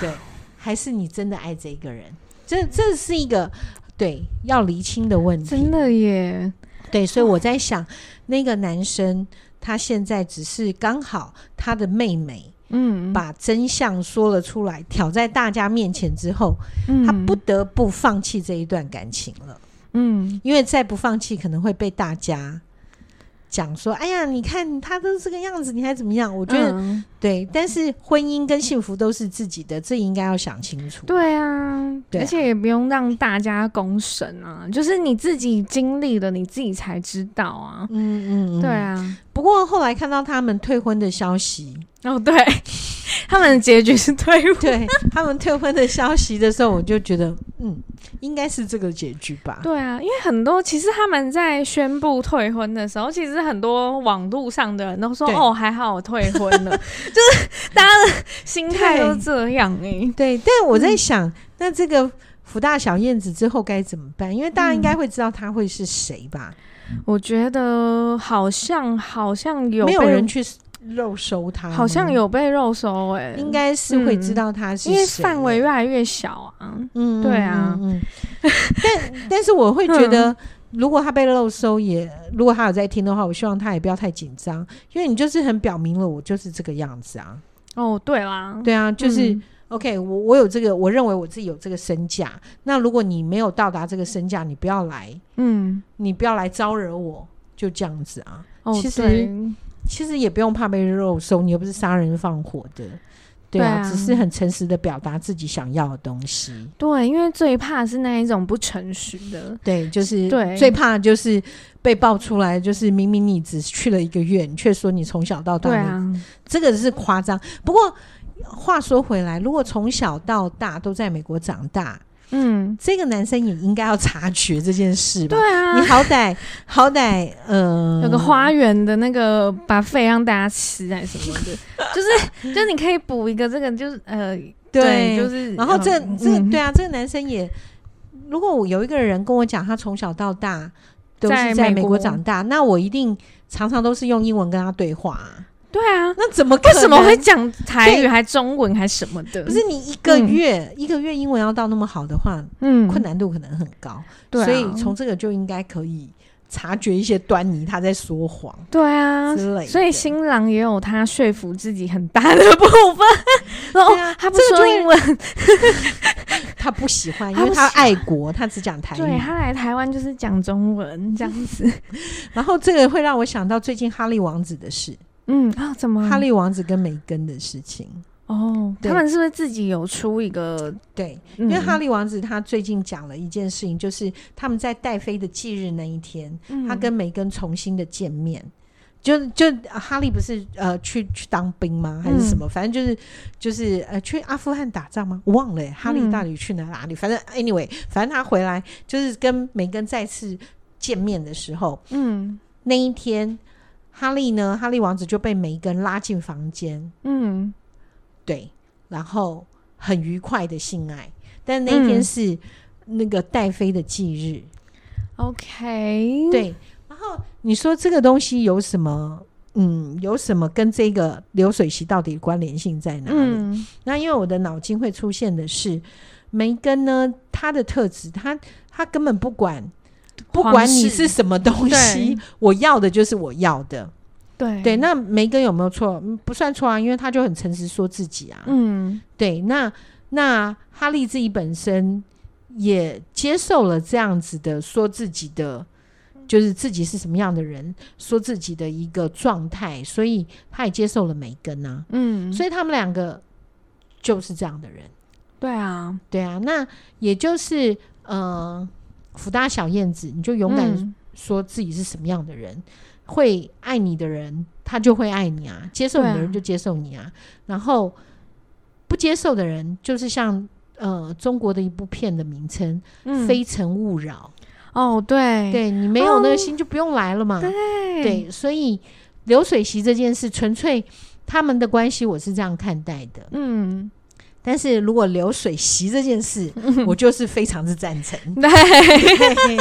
B: 对，还是你真的爱这一个人？这这是一个对要厘清的问题。
A: 真的耶，
B: 对，所以我在想，那个男生他现在只是刚好他的妹妹
A: 嗯，
B: 把真相说了出来，挑在大家面前之后，
A: 嗯
B: 他不，得不放弃这一段感情了。
A: 嗯
B: 因为再不放弃，可能会被大家讲说：“哎呀，你看他都这个样子，你还怎么样？”我
A: 我
B: 觉得、
A: 嗯、
B: 对，但是婚姻跟幸福都是自己的，这应该要想清楚。
A: 对啊，
B: 对啊
A: 而且也不用让大家公审啊，就是你自己经历了，你自己才知道啊。
B: 嗯，嗯嗯，
A: 对。啊，
B: 不过后来看到他们退婚的 消息，
A: 哦 对，他们的结局是退婚。
B: 对他们退婚的消息的时候，我就觉得，嗯，应该是这个结局吧。
A: 对啊，因为很多其实他们在宣布退婚的时候，其实很多网络上的人都说：“
B: 对
A: 哦，还好我退婚 了。” 就是大家的心态都这样哎、
B: 对，但我在想，
A: 嗯
B: 那这个福大小燕子之后该怎么办？因为
A: 嗯
B: 大家应该会知道他会是谁吧？
A: 我觉得好像好像有
B: 没有
A: 被
B: 人，去肉收他吗，
A: 好像有被肉收哎、
B: 应该是会知
A: 嗯
B: 道他是谁、
A: 因为范围越来越小啊。
B: 嗯，嗯
A: 对啊嗯
B: 嗯嗯嗯但但是我会觉得，如果他被漏收也，如果他有在听的话，我希望他也不要太紧张，因为你就是很表明了我就是这个样子啊，
A: 哦，对啦，
B: 对啊，就是。
A: 嗯
B: OK，我我有这个，我认为我自己有这个身价。那如果你没有到达这个身价，你不要来，
A: 嗯，
B: 你不要来招惹我，就这样子啊。
A: 哦，
B: 其实
A: 对
B: 其实也不用怕被肉收，你又不是杀人放火的，
A: 对
B: 对啊，
A: 啊
B: 只是很诚实的表达自己想要的东西。
A: 对，因为最怕是那一种不诚实的，
B: 对，就是
A: 对
B: 最怕就是被爆出来，就是明明你只去了一个月，你却说你从小到大，
A: 对啊，
B: 这个是夸张。不过话说回来，如果从小到大都在美国长大，
A: 嗯，
B: 这个男生也应该要察觉这件事吧
A: 对？啊
B: 你，好歹好歹呃，
A: 有个花园的那个把费让大家吃还是什么的， 就是就是你可以补一个这个，就是呃，
B: 对，
A: 就是
B: 然后这
A: 嗯
B: 这
A: 嗯
B: 对啊，这个男生也，如果我有一个人跟我讲他从小到大都
A: 在
B: 是在
A: 美
B: 美国
A: 国
B: 长大，那我一定常常都是用英文跟他对话啊、
A: 对啊，
B: 那怎么
A: 为
B: 可
A: 什么
B: 能
A: 会讲台语
B: 对
A: 还中文还什么的？
B: 不是你一个
A: 嗯
B: 月、一个月英文要到那么好的话，
A: 嗯
B: 困难度可能很高，
A: 对啊
B: 所以从这个就应该可以察觉一些端倪，他在说谎
A: 对啊，
B: 之类的。
A: 所以新郎也有他说服自己很大的部分。 说
B: 对啊
A: 哦，他不
B: 这个就
A: 说
B: 会
A: 英文，
B: 他不喜欢，因
A: 他
B: 为
A: 不
B: 他
A: 喜
B: 爱国，他只讲台
A: 对啊
B: 语。
A: 他来台湾就是讲中文这样子。
B: 然后这个会让我想到最近哈利王子的事，
A: 嗯啊，怎么
B: 哈利王子跟梅根的事情。
A: 哦，
B: 对
A: 他们是不是自己有出一个？嗯
B: 对，
A: 因
B: 因为哈利王子他最近讲了一件事情，就是他们在戴妃的忌日那一天，
A: 嗯
B: 他跟梅根重新的见面。就就啊哈利不是呃去去当兵吗？还是什
A: 嗯
B: 么？反正就是就是呃去阿富汗打仗吗？我忘了、欸、哈利
A: 嗯
B: 到底去了哪里？反正 anyway，反正他回来就是跟梅根再次见面的时候，
A: 嗯
B: 那一天，哈利呢，哈利王子就被梅根拉进房间，
A: 嗯
B: 对，然后很愉快的性爱，但那一天
A: 嗯
B: 是那个戴妃的忌日，
A: ，OK，，
B: 对。然后你说这个东西有什么？嗯，有什么跟这个流水席到底关联性在哪里？
A: 嗯
B: 那因为我的脑筋会出现的是，梅根呢，她的特质，她她根本不管，不管你是什么东西
A: 对，
B: 我要的就是我要的。
A: 对
B: 对，那梅根有没有错？嗯不算错啊，因为他就很诚实说自己啊。
A: 嗯
B: 对，那那哈利自己本身也接受了这样子的说自己的，就是自己是什么样的人，说自己的一个状态，所以他也接受了梅根啊，
A: 嗯，
B: 所以他们两个就是这样的人。
A: 对啊，
B: 对啊，那也就是呃，福大小燕子，你就勇敢
A: 嗯
B: 说自己是什么样的人，会爱你的人，他就会爱你啊；接受你的
A: 对
B: 人
A: 啊
B: 就接受你啊。然后不接受的人，就是像呃中国的一部片的名称《
A: 嗯
B: 非诚勿扰》
A: 哦对
B: 对你没有那
A: 哦
B: 个心就不用来了嘛。
A: 对
B: 对，所以流水席这件事，纯粹他们的关系，我是这样看待的。
A: 嗯
B: 但是如果流水席这 件事，我就是非常之赞成。
A: 对
B: 对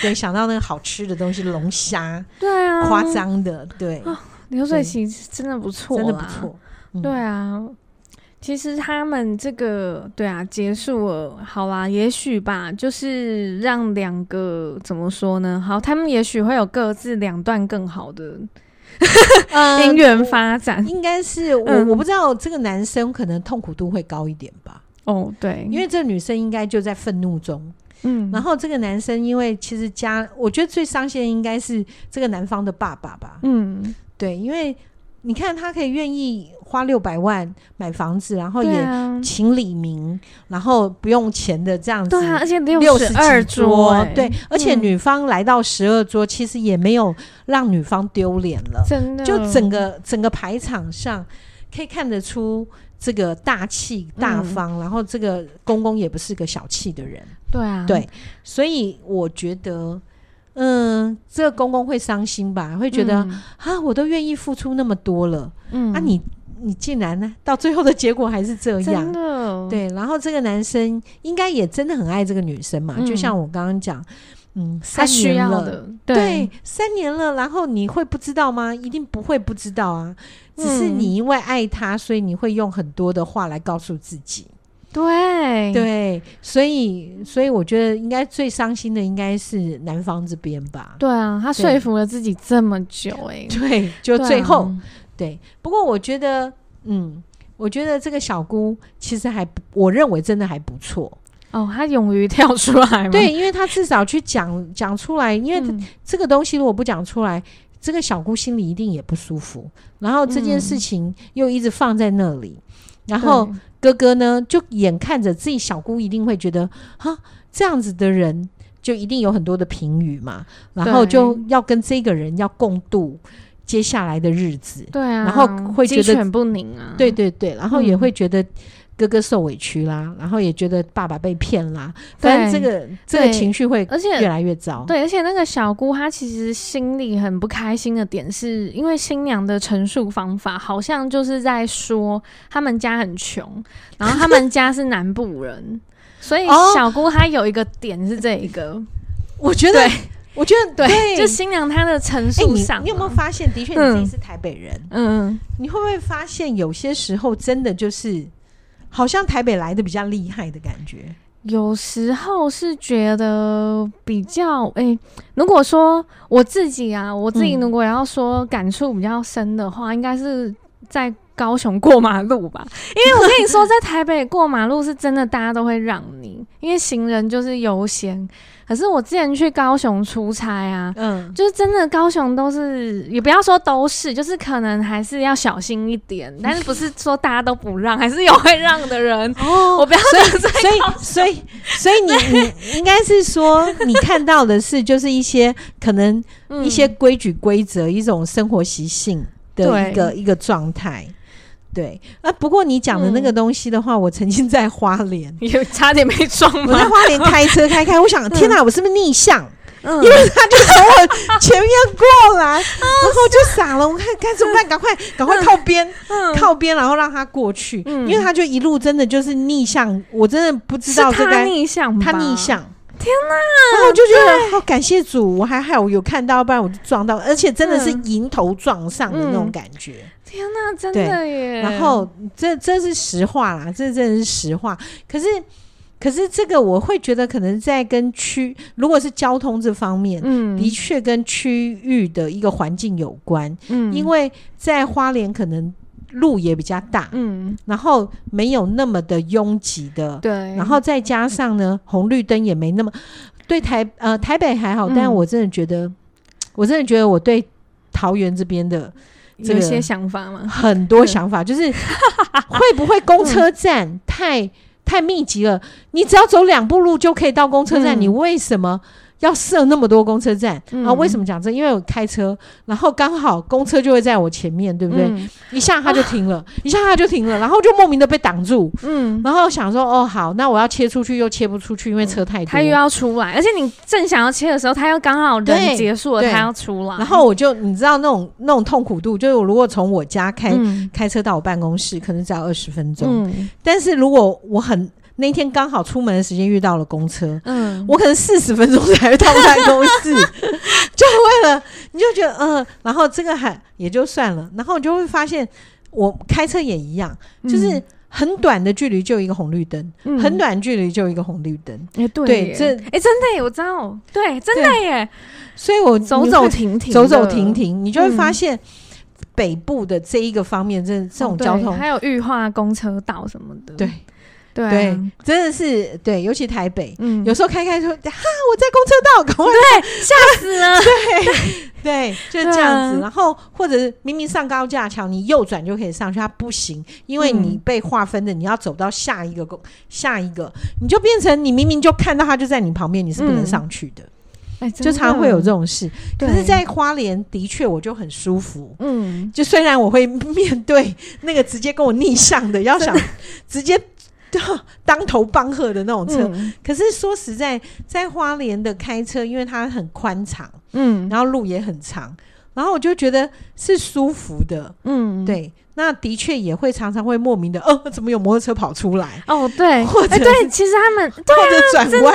B: 对，想到那个好吃的东西，龙虾，
A: 对啊，
B: 夸张的，对，
A: 流水
B: 对
A: 席真的不错，啊
B: 真的不。错。嗯
A: 对啊，其实他们这个对啊，结束了，好啦，也许吧，就是让两个怎么说呢？好，他们也许会有各自两段更好的
B: 呃
A: 姻缘发展。
B: 应该是我，
A: 嗯
B: 我不知道这个男生可能痛苦度会高一点吧，
A: 哦，对，
B: 因为这女生应该就在愤怒中，
A: 嗯，
B: 然后这个男生因为其实家，我觉得最伤心的应该是这个男方的爸爸吧，
A: 嗯，
B: 对，因为你看他可以愿意花六百万买房子，然后
A: 对
B: 也
A: 啊，
B: 请李明，然后不用钱的这样子，
A: 对啊，而且
B: 六
A: 十
B: 十
A: 二
B: 桌，
A: 哎
B: 对，，而且女方来到十二桌，其实也没有让女方丢脸了，
A: 真的，
B: 就整个整个排场上可以看得出这个大气
A: 嗯
B: 大方，然后这个公公也不是个小气的人，
A: 对啊，
B: 对，所以我觉得。嗯，这个公公会伤心吧？会觉得、
A: 嗯
B: 啊，我都愿意付出那么多了，
A: 嗯，
B: 啊你，你竟然呢，到最后的结果还是这
A: 真，
B: 样
A: 的，
B: 对，然后这个男生应该也真的很爱这个女生嘛，
A: 嗯
B: 就像我刚刚讲，嗯，
A: 他
B: 三
A: 需
B: 年
A: 要
B: 了。
A: 的，
B: 对，三年了，然后你会不知道吗？一定不会不知道啊，只是
A: 嗯
B: 你因为爱他，所以你会用很多的话来告诉自己。
A: 对，
B: 对，所以，所以我觉得应该最伤心的应该是男方这边吧。
A: 对啊，他
B: 对
A: 说服了自己这么久，哎，
B: 对，就
A: 对啊
B: 最后，对，不过我觉得，嗯，我觉得这个小姑其实还不，我认为真的还不错。
A: 哦，他勇于跳出来吗？
B: 对，因为他至少去讲讲出来，因为
A: 嗯
B: 这个东西如果不讲出来，这个小姑心里一定也不舒服。然后这件事
A: 嗯
B: 情又一直放在那里，然后哥哥呢就眼看着自己小姑一定会觉得啊，这样子的人就一定有很多的评语嘛，然后
A: 对
B: 就要跟这个人要共度接下来的日子。
A: 对对啊，
B: 然后会觉得
A: 鸡犬不宁啊，
B: 对对对，然后也会觉得哥哥受委屈啦，然后也觉得爸爸被骗啦，反正这个这个
A: 对
B: 情绪会
A: 而且
B: 越来越糟。
A: 对，而且那个小姑她其实心里很不开心的点是，因为新娘的陈述方法好像就是在说他们家很穷，然后他们家是南部人，所以
B: 哦
A: 小姑她有一个点是这一 个，
B: 我觉得，我觉得
A: 对，
B: 对，
A: 就新娘她的陈
B: 哎、
A: 述
B: 你
A: 上啊、
B: 你有没有发现？的确，你自己是台北人，
A: 嗯，
B: 你会不会发现有些时候真的就是，好像台北来的比较厉害的感觉？
A: 有时候是觉得比较诶、如果说我自己啊，我自己
B: 嗯
A: 如果要说感触比较深的话，应该是在高雄过马路吧。 因为我跟你说，在台北过马路是真的，大家都会让你，因为行人就是优先。可是我之前去高雄出差啊，
B: 嗯，
A: 就是真的高雄都是，也不要说都是，就是可能还是要小心一点。但是不是说大家都不让，还是有会让的人。
B: 哦
A: 我不要得罪
B: 所以，所以，所以 你你应该是说，你看到的是就是一些可能
A: 嗯
B: 一些规矩规则，一种生活习性的
A: 对
B: 一个一个状态。对，啊，不过你讲的那个
A: 嗯
B: 东西的话，我曾经在花 莲，
A: 也差点没撞
B: 我在
A: 吗？
B: 花莲开车开开，我想，天哪，我是不是逆向？
A: 嗯
B: 因为他就从我前面过来，然后我就傻了，我看该怎么办？赶快赶快靠边，
A: 嗯
B: 靠边，然后让他过去，
A: 嗯
B: 因为他就一路真的就是逆向，我真的不知
A: 是
B: 道这
A: 他
B: 该
A: 逆向吧，
B: 他逆向。天哪！然后我就觉得，好感谢主，我还好，我有看到，不然我就撞到，而且真的是
A: 嗯
B: 迎头撞上的那种
A: 嗯
B: 感觉。
A: 天哪，真
B: 对
A: 的耶！
B: 然后这这是实话啦，这真的是实话。可是可是这个我会觉得，可能在跟区，如果是交通这方面，
A: 嗯，
B: 的确跟区域的一个环境有关，
A: 嗯，
B: 因为在花莲可能路也比较大，
A: 嗯
B: 然后没有那么的拥挤的，
A: 对，
B: 然后再加上呢红绿灯也没那么对台呃台北还好，
A: 嗯
B: 但我真的觉得，我真的觉得我对桃园这边的这
A: 有一
B: 个
A: 些想法嘛，
B: 很多想法，就是会不会公车
A: 嗯
B: 站太太密集了？你只要走两步路就可以到公车站，
A: 嗯
B: 你为什么要设那么多公车站、
A: 嗯
B: 啊？为什么讲这？因为我开车，然后刚好公车就会在我前面，
A: 对
B: 对不对？？一下它就 停了，一下它就停了，然后就莫名的被挡住。
A: 嗯，
B: 然后想说，哦，好，那我要切出去又切不出去，因为车太多。
A: 他又要出来，而且你正想要切的时候，他又刚好
B: 对
A: 人结束了，
B: 对
A: 他要出来，
B: 然后我就你知道那种那种痛苦度，就是我如果从我家开、
A: 嗯
B: 开车到我办公室，可能只要二十分钟。
A: 嗯
B: 但是如果我很那天刚好出门的时间遇到了公车，
A: 嗯，
B: 我可能四十分钟才会到办公室， 就为了你就觉得嗯、呃然后这个还也就算了，然后你就会发现我开车也一样，就是很短的距离就一个红绿灯，
A: 嗯
B: 很，短距离就一个红绿灯，
A: 哎对
B: 对
A: 耶
B: 这
A: 哎真的耶，我知道，对，真的耶，
B: 所以我
A: 走
B: 你
A: 走
B: 会
A: 停停，哦嗯
B: 走走停。停，你就会发现。北部的这一个方面，这这种
A: 哦对
B: 交通，
A: 还有绿化公车道什么的，
B: 对
A: 对啊
B: 对，真的是对，尤其台北，
A: 嗯，
B: 有时候开开说哈，我在公车道，赶快
A: 死了，
B: 对，就是这样
A: 啊
B: 子。然后或者是明明上高架桥，你右转就可以上去，它不行，因为你
A: 嗯
B: 被划分的，你要走到下一个公下一个，你就变成你明明就看到它就在你旁边，你是不能
A: 嗯
B: 上去的，
A: 哎
B: 就常会有这，种事。可
A: 真的
B: 是，
A: 对
B: 在花莲的确我就很舒服。
A: 嗯，
B: 就虽然我会面对那个直接跟我逆向的，要想 直接当头棒喝的那种车，
A: 嗯
B: 可是说实在，在花莲的开车，因为它很宽敞，
A: 嗯
B: 然后路也很长，然后我就觉得是舒服的，
A: 嗯，
B: 对。那的确也会常常会莫名的，呃，怎么有摩托车跑出来，
A: 哦，对，
B: 或者
A: 哎，对，其实他们 啊
B: 或者转
A: 真的
B: 弯，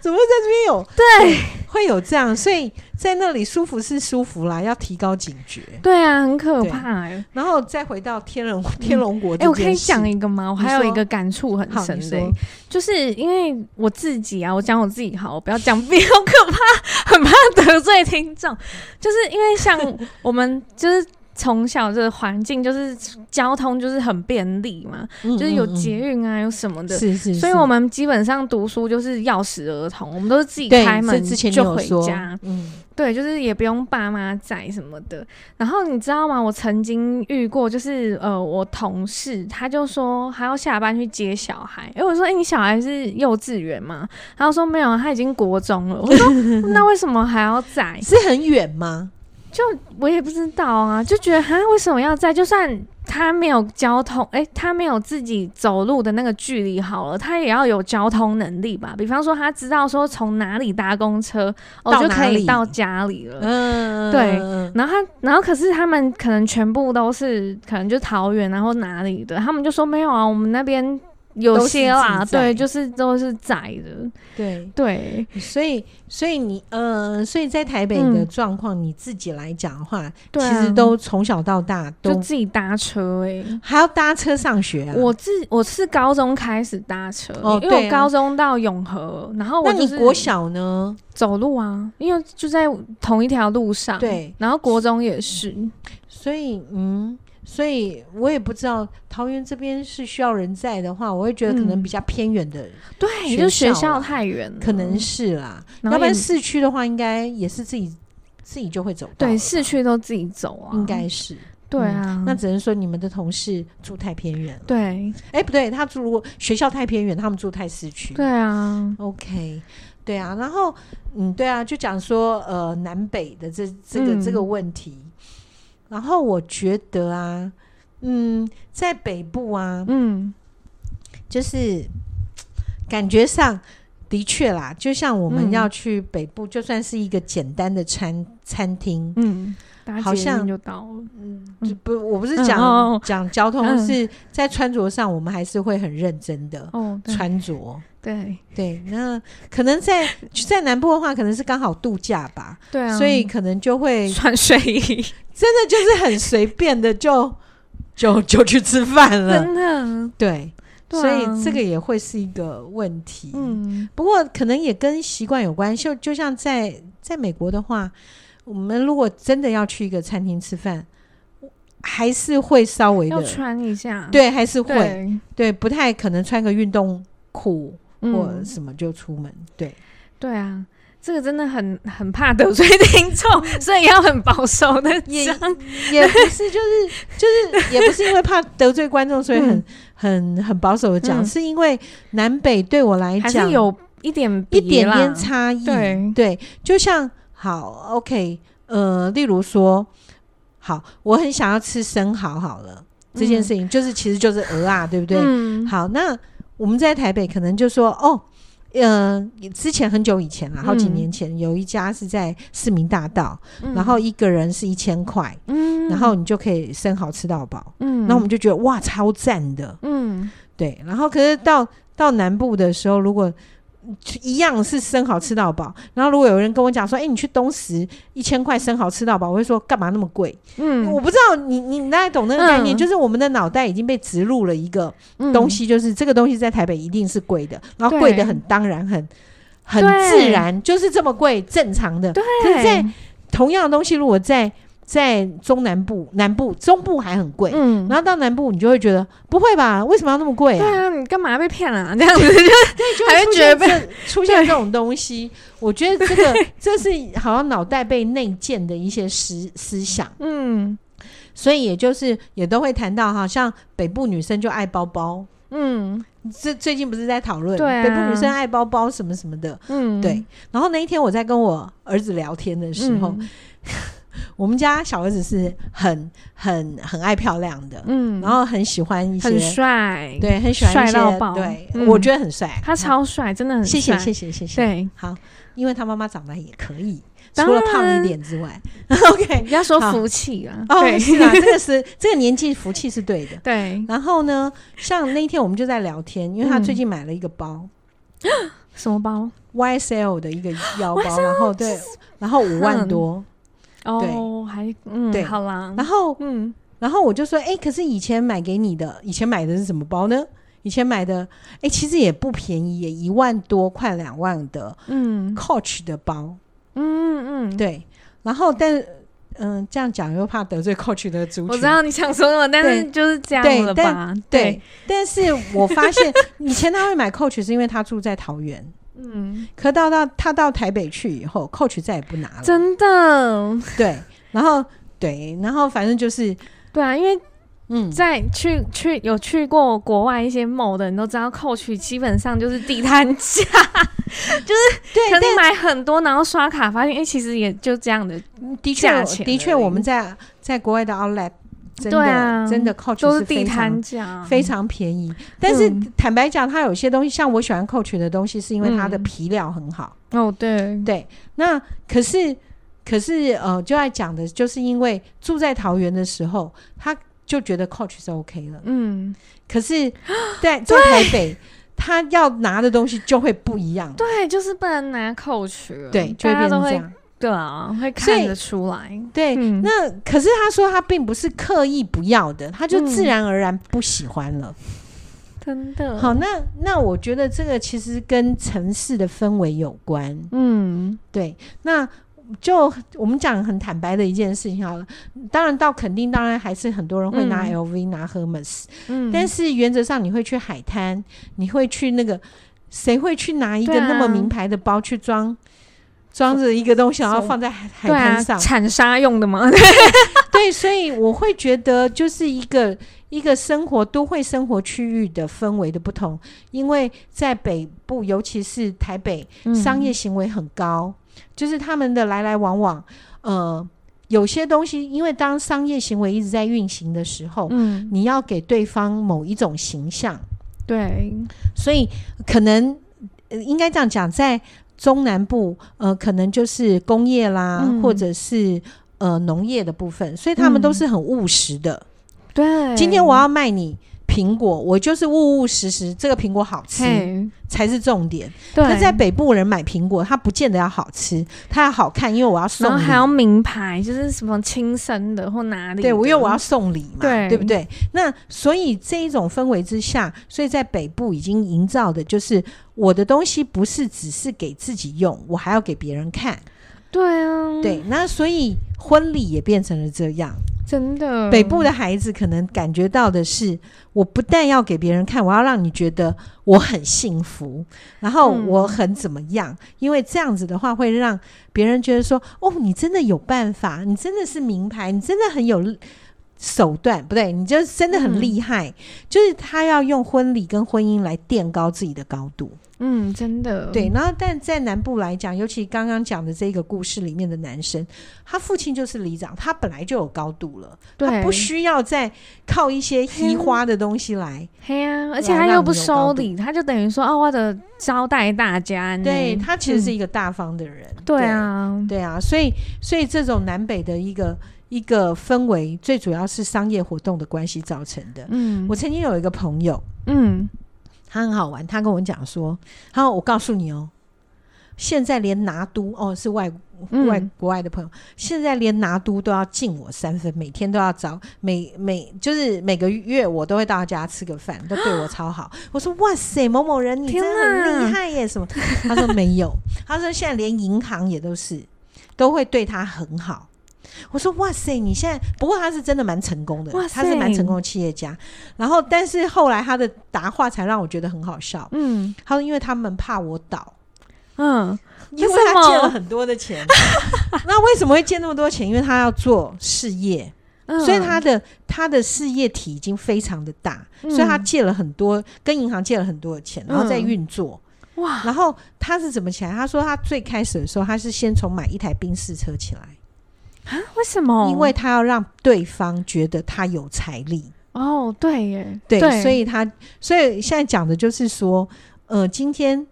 B: 怎么会在这边有？
A: 对
B: 会有这样，所以在那里舒服是舒服啦，要提高警觉。
A: 对啊，很可怕哎。
B: 然后再回到天龙天龙国这
A: 哎，
B: 件
A: 我
B: 事，
A: 可以讲一个吗？我
B: 你
A: 还有
B: 说
A: 一个感触很
B: 好，
A: 深
B: 你说
A: 的欸，就是因为我自己啊，我讲我自己好，我不要讲别人，好可怕，很怕得罪听众。 就是因为 像我们就是。从小这个环境就是交通就是很便利嘛，
B: 嗯
A: 就是有
B: 嗯嗯
A: 捷运啊，有什么的，
B: 是是是，
A: 所以我们基本上读书就是钥匙儿童，我们都是自己
B: 对
A: 开门
B: 这之前你
A: 就
B: 有
A: 回
B: 说
A: 家。
B: 嗯
A: 对，就是也不用爸妈在什么的。然后你知道吗？我曾经遇过，就是呃，我同事他就说还要下班去接小孩。哎，我说，哎，你小孩是幼稚园吗？他就说没有啊，他已经国中了。我说那为什么还要在？
B: 是很远吗？
A: 就我也不知道啊，就觉得哈，为什么要在？就算他没有交通，诶、他没有自己走路的那个距离好了，他也要有交通能力吧？比方说，他知道说从哪里搭公车，我、
B: 到
A: 就
B: 哪
A: 可
B: 里
A: 以到家里了。
B: 嗯，
A: 对
B: 嗯，
A: 然后他，然后可是他们可能全部都是，可能就桃园，然后哪里的，他们就说没有啊，我们那边有些啦，
B: 都是自在
A: 对，就是都是窄的，
B: 对，
A: 对，
B: 所以，所以你，呃，所以在台北的
A: 嗯
B: 状况，你自己来讲的话，
A: 对啊
B: 其实都从小到大
A: 就
B: 都
A: 自己搭车诶、
B: 还要搭车上学啊。
A: 我自我是高中开始搭车，
B: 哦
A: 因
B: 对
A: 为
B: 啊
A: 我高中到永和，然后我
B: 那
A: 就
B: 你
A: 是
B: 国小呢？
A: 走路啊，因为就在同一条路上，，
B: 对，
A: 然后国中也是，
B: 所以，嗯，所以我也不知道桃园这边是需要人在的话，我会觉得可能
A: 嗯
B: 比较偏远的，
A: 对，
B: 学
A: 就学
B: 校啊
A: 校太远了，
B: 可能是啦。
A: 嗯然后
B: 要不
A: 也
B: 然市区的话，应该也是自己自己就会走到了
A: 对
B: 吧
A: 市区都自己走啊，
B: 哦应该是。
A: 对啊，
B: 那只能说你们的同事住太偏远了。
A: 对
B: 哎，不对，他住如果学校太偏远，他们住太市区。
A: 对啊，
B: OK，对啊，然后嗯，对啊，就讲说呃南北的这这个、
A: 嗯
B: 这个问题，然后我觉得啊，嗯，在北部啊，
A: 嗯，
B: 就是感觉上的确啦，就像我
A: 嗯
B: 们要去北部，就算是一个简单的餐餐厅，
A: 嗯，搭
B: 好
A: 捷运
B: 像
A: 就到了。
B: 就不，我不是
A: 嗯
B: 讲、
A: 哦哦
B: 讲交通，
A: 嗯
B: 是在穿着上，我们还是会很认真的
A: 哦，对
B: 穿着。
A: 对
B: 对，那可能在在南部的话，可能是刚好度假吧，
A: 对啊，
B: 所以可能就会
A: 穿睡 衣
B: 真的就是很随便的就就就去吃饭了。
A: 真的，
B: 对，
A: 对
B: 所
A: 啊
B: 以这个也会是一个问题。
A: 嗯
B: 不过可能也跟习惯有关系，就就像在在美国的话，我们如果真的要去一个餐厅吃饭，还是会稍微
A: 要
B: 的，
A: 穿一下，
B: 对，还是会对
A: 对，
B: 不太可能穿个运动裤或
A: 嗯，
B: 什么就出门。对，
A: 对啊。这个真的很很怕得罪听众， 所以要很保守的
B: 也
A: 讲。
B: 也不是，就是就是也不是因为怕得罪观众，所以很、很很保守的讲，
A: 嗯
B: 是因为南北对我来
A: 还
B: 讲
A: 是有一点别
B: 一点
A: 啦
B: 点差异。
A: 对
B: 就像好，OK，呃，例如说，好，我很想要吃生蚝，好了，这件事情就是、其实就是鹅啊，对不对？
A: 嗯，
B: 好，那我们在台北可能就说哦。呃，之前很久以前啦，好几
A: 嗯
B: 年前、有一家是在市民大道，
A: 嗯
B: 然后一个人是一千块，
A: 嗯，
B: 然后你就可以生蚝吃到饱。
A: 嗯，
B: 那我们就觉得哇，超赞的，
A: 嗯
B: 对。然后可是到到南部的时候，如果嗯一样是生蚝吃到饱，然后如果有人跟我讲说，哎、你去东石一千块生蚝吃到饱，我会说干嘛那么贵？我
A: 嗯
B: 不知道你你你大概懂那个概念，
A: 嗯
B: 就是我们的脑袋已经被植入了一个
A: 嗯
B: 东西，就是这个东西在台北一定是贵的，然后
A: 对
B: 贵的很当然很。很
A: 对
B: 自然，就是这么贵，正常的。
A: 对，
B: 可是在同样的东西，如果在在中南部、南部、中部还很贵，
A: 嗯，
B: 然后到南部你就会觉得不会吧？为什么要那么贵
A: 对
B: 啊？
A: 啊，你干嘛被骗了？这样子就
B: 对，就
A: 还
B: 会
A: 会
B: 出
A: 觉
B: 现
A: 得
B: 这出现这种东西。我觉得这 个这是好像脑袋被内建的一些思思想，
A: 嗯
B: 所以也就是也都会谈到，好像北部女生就爱包包。
A: 嗯
B: 这最近不是在讨论、
A: 对啊
B: 北部女生爱包包什么什么的，
A: 嗯，
B: 对。然后那一天我在跟我儿子聊天的时候，我们家小儿子是很很很爱漂亮的，
A: 嗯，嗯
B: 然后很喜欢一些
A: 很帅，
B: 对，很喜欢一
A: 帅
B: 些
A: 到爆
B: 对，
A: 嗯
B: 我觉得很帅，
A: 他超帅，真的很
B: 谢谢
A: 帅
B: 谢谢谢谢，
A: 嗯啊对，
B: 好，因为他妈妈长得也可以，除
A: 当
B: 了胖
A: 然
B: 一点之 外，OK，
A: 要说
B: 好
A: 福气啊，
B: 哦，
A: 对
B: 是啊，这个是这个年纪福气是对的。
A: 对，
B: 然后呢，像那一天我们就在聊天，因为他最近买了一个包。
A: 什么包？
B: YSL 的一个腰包，然后对，然后五万多，
A: 哦，还
B: 对
A: 嗯，好啦，
B: 然后
A: 嗯，
B: 然后我就说，哎、可是以前买给你的，以前买的是什么包呢？以前买的，哎、其实也不便宜，也一万多，快两万的
A: 嗯
B: Coach 的包，
A: 嗯嗯，
B: 对，然后但嗯、这样讲又怕得罪 Coach 的族群，
A: 我知道你想说什么，但是
B: 对
A: 就是这
B: 对
A: 样了
B: 但
A: 吧？
B: 对，但是我发现以前他会买 Coach 是因为他住在桃园，
A: 嗯，
B: 可到到他到台北去以后，Coach 再也不拿了，
A: 真的，
B: 对，然后对，然后反正就是
A: 对啊，因为
B: 嗯，
A: 在去去有去过国外一些某的人都知道，Coach 基本上就是地摊价，
B: 对，
A: 可
B: 哎但
A: 能买很多，然后刷卡发现，哎、其实也就这样的，
B: 的确
A: 价
B: 我，
A: 钱
B: 的确，
A: 而已
B: 我们在在国外的 Outlet 真的、
A: 对啊
B: 真的靠 o
A: 都
B: 是
A: 地
B: 非常
A: 摊价，
B: 非常便宜。但是
A: 嗯
B: 坦白讲，它有些东西，像我喜欢 Coach 的东西，是因为它的
A: 嗯
B: 皮料很好。
A: 哦，对，
B: 对，那可是可是呃，就在讲的就是因为住在桃园的时候，他就觉得 Coach 是 OK 了。
A: 嗯，
B: 可是在在台北，他要拿的东西就会不一样。
A: 对，就是不能拿扣取了，
B: 对，就
A: 大家
B: 会变
A: 都
B: 成这
A: 会，
B: 样。
A: 对啊，会
B: 所以
A: 看得出来，
B: 对，
A: 嗯
B: 那可是他说他并不是刻意不要的，他就自
A: 嗯
B: 然而然不喜欢了。
A: 真的，
B: 好，那那我觉得这个其实跟城市的氛围有关。
A: 嗯，
B: 对，那就我们讲很坦白的一件事情好了。当然到垦丁，当然还是很多人会拿
A: 嗯
B: LV、拿 Hermes，、
A: 嗯，
B: 但
A: 是
B: 是原则上你会去海滩，你会去那个，谁会去拿一个
A: 对啊
B: 那么名牌的包去装？装着一个东西，然后
A: 手
B: 放在海海
A: 对啊
B: 滩，上，
A: 铲沙用的嘛，
B: 对，所以我会觉得就是一个一个生活都会生活区域的氛围的不同，因为在北部，尤其是台北，
A: 嗯
B: 商业行为很高，就是他们的来来往往，呃，有些东西，因为当商业行为一直在运行的时候，
A: 嗯，嗯，
B: 你要给对方某一种形象，
A: 对，
B: 所以可能、呃、应该这样讲，在中南部，呃，可能就是工业啦，
A: 嗯
B: 或者是呃农业的部分，所以他
A: 嗯
B: 们都是很务实的。
A: 对，
B: 今天我要卖你苹果，我就是务务实实，这个苹果好吃
A: 嘿，
B: 才是重点。
A: 对，
B: 那在北部人买苹果，他不见得要好吃，他要好看，因为我要送
A: 然后
B: 你
A: 还要名牌，就是什么亲生的或哪里的，
B: 对，我因为我要送礼嘛，
A: 对
B: 不对？那所以这一种氛围之下，所以在北部已经营造的就是我的东西不是只是给自己用，我还要给别人看。
A: 对啊，，
B: 对，那所以婚礼也变成了这样。
A: 真的，
B: 北部的孩子可能感觉到的是，我不但要给别人看，我要让你觉得我很幸福，然后
A: 嗯
B: 我很怎么样，因为这样子的话会让别人觉得说，哦，你真的有办法，你真的是名牌，你真的很有手段，不对，你就真的很
A: 嗯
B: 厉害。就是他要用婚礼跟婚姻来垫高自己的高度。
A: 嗯，真的，
B: 对，，然后但在南部来讲，尤其刚刚讲的这个故事里面的男生，他父亲就是里长，他本来就有高度了，他
A: 对
B: 不需要再靠一些稀
A: 天
B: 花的东西来，
A: 嘿呀、而且
B: 来
A: 他
B: 让
A: 又
B: 你
A: 不
B: 有高
A: 收
B: 度
A: 礼，他就等于说哦，我的招待大家呢。
B: 对他其实是
A: 嗯
B: 一个大方的人，
A: 对，啊，
B: 对啊，所以所以这种南北的一个一个氛围，最主要是商业活动的关系造成的。
A: 嗯，
B: 我曾经有一个朋友，
A: 嗯，
B: 他很好玩，他跟我讲说，他说我告诉你哦，现在连拿督哦是外
A: 嗯
B: 外国外的朋友，现在连拿督都要敬我三分，每天都要找每每就是每个月我都会到他家吃个饭，都对我 超好。我说哇塞，某某人你真
A: 天
B: 的很厉
A: 哪
B: 害耶，什么？他说没有，他说现在连银行也都是都会对他很好。我说哇塞，你现在不过他是真的蛮成功的
A: 哇，
B: 他是蛮
A: 塞
B: 成功的企业家。然后，但是后来他的答话才让我觉得很好笑。
A: 嗯，
B: 他说因为他们怕我倒，
A: 嗯，
B: 因为
A: 为什
B: 他
A: 么
B: 借了很多 的钱。那为什么会借那么多钱？因为他要做事业，
A: 嗯
B: 所以他的他的事业体已经非常的大，
A: 嗯
B: 所以他借了很多，跟银行借了很多的钱，然后再
A: 嗯
B: 运作。
A: 哇，
B: 然后他是怎么起来？他说他最开始的时候，他是先从买一台宾士车起来，
A: 啊为什么？
B: 因为他要让对方觉得他有财力。
A: 哦，对耶，
B: 对，
A: 对，
B: 所以他所以现在讲的就是说，呃，今天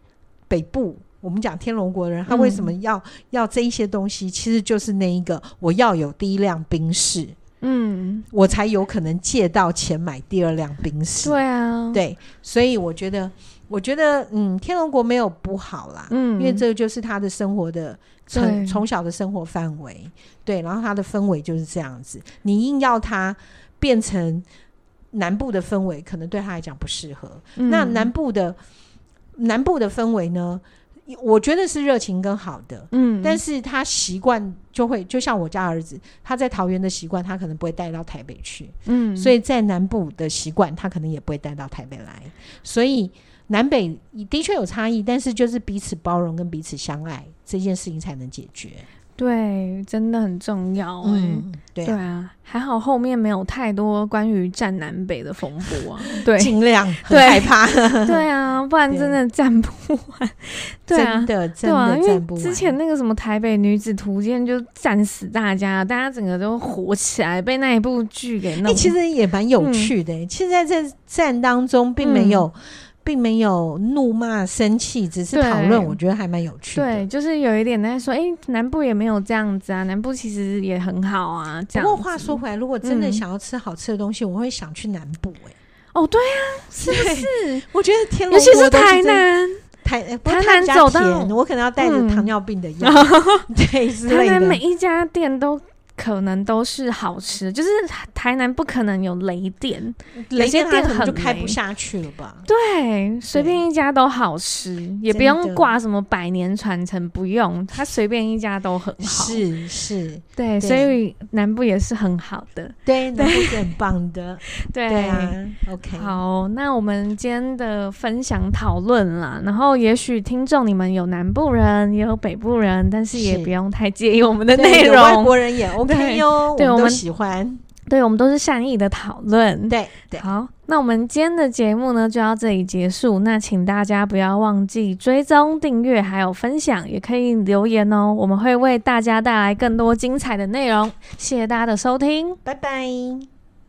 B: 北部我们讲天龙国人，他为什么
A: 嗯
B: 要、要这一些东西？其实就是那一个，我要有第一辆宾士，
A: 嗯，
B: 我才有可能借到钱买第二辆宾士。
A: 对啊，，
B: 对所以我觉得，我觉得，嗯，天龙国没有不好啦，
A: 嗯，
B: 因为这个就是他的生活的从
A: 对
B: 从小的生活范围，对，然后他的氛围就是这样子。你硬要他变成南部的氛围，可能对他来讲不适合。
A: 嗯
B: 那南部的南部的氛围呢，我觉得是热情跟好的，
A: 嗯，
B: 但是他习惯就会，就像我家儿子，他在桃园的习惯，他可能不会带到台北去，
A: 嗯，
B: 所
A: 以
B: 以在南部的习惯，他可能也不会带到台北来，所以南北的确有差异，但是就是彼此包容跟彼此相爱这件事情才能解决。
A: 对，真的很重要哎、
B: 嗯，对
A: 对
B: 啊，
A: 啊，还好后面没有太多关于站南北的风 波啊。对
B: 尽量很
A: 对
B: 害怕，
A: 对啊，不然真的站不完。对啊
B: 真，的真
A: 对啊，
B: 的
A: 因
B: 站不
A: 为
B: 完。
A: 之前那个什么台北女子图鉴就战死大家，大家整个都火起来，被那一嗯部剧给弄。
B: 哎、其实也蛮有趣的、现在在战当中，并没有、
A: 嗯
B: 并没有怒骂、生气，只是
A: 对
B: 讨论，我觉得还蛮有趣
A: 对，
B: 的。
A: 就是有一点在说，哎、南部也没有这样子啊，南部其实也很好啊，这
B: 不
A: 样。
B: 过话说回来，如果真的
A: 嗯
B: 想要吃好吃的东西，我会想去南部、哎，
A: 哦，对啊，是不是？
B: 我觉得天龙
A: 尤其
B: 国
A: 是
B: 都
A: 台
B: 真的
A: 南，
B: 台哎不过
A: 台
B: 它
A: 南
B: 比较
A: 走到
B: 甜我可能要带着
A: 嗯
B: 糖尿病的药， 对 之
A: 台
B: 类
A: 南每
B: 的。
A: 一家店都可能都是好吃，就是台南不可能有雷店，
B: 雷
A: 有些
B: 根它
A: 店
B: 可能
A: 很
B: 就开不
A: 美
B: 下去了吧？
A: 对，随便一家都好吃，也不
B: 真的
A: 用挂什么百年传承，不用，它随便一家都很 好。，
B: 是是，
A: 对，所以南部也是很好的。
B: 对，南部 是很棒的，
A: 对
B: 对啊。OK，
A: 好，那我们今天的分享讨论啦，然后也许听众你们有南部人，也有北部人，但是也
B: 是
A: 不用太介意我们的
B: 对
A: 内
B: 有外
A: 容，
B: 国人也 OK
A: 对
B: 哟，
A: 对
B: 我
A: 我
B: 们都
A: 们
B: 喜欢。
A: 对我们都是善意的讨论。
B: 对对，
A: 好，那我们今天的节目呢就到这里结束。那请大家不要忘记追踪、订阅，还有分享，也可以留言哦。我们会为大家带来更多精彩的内容。谢谢大家的收听。
B: 拜拜。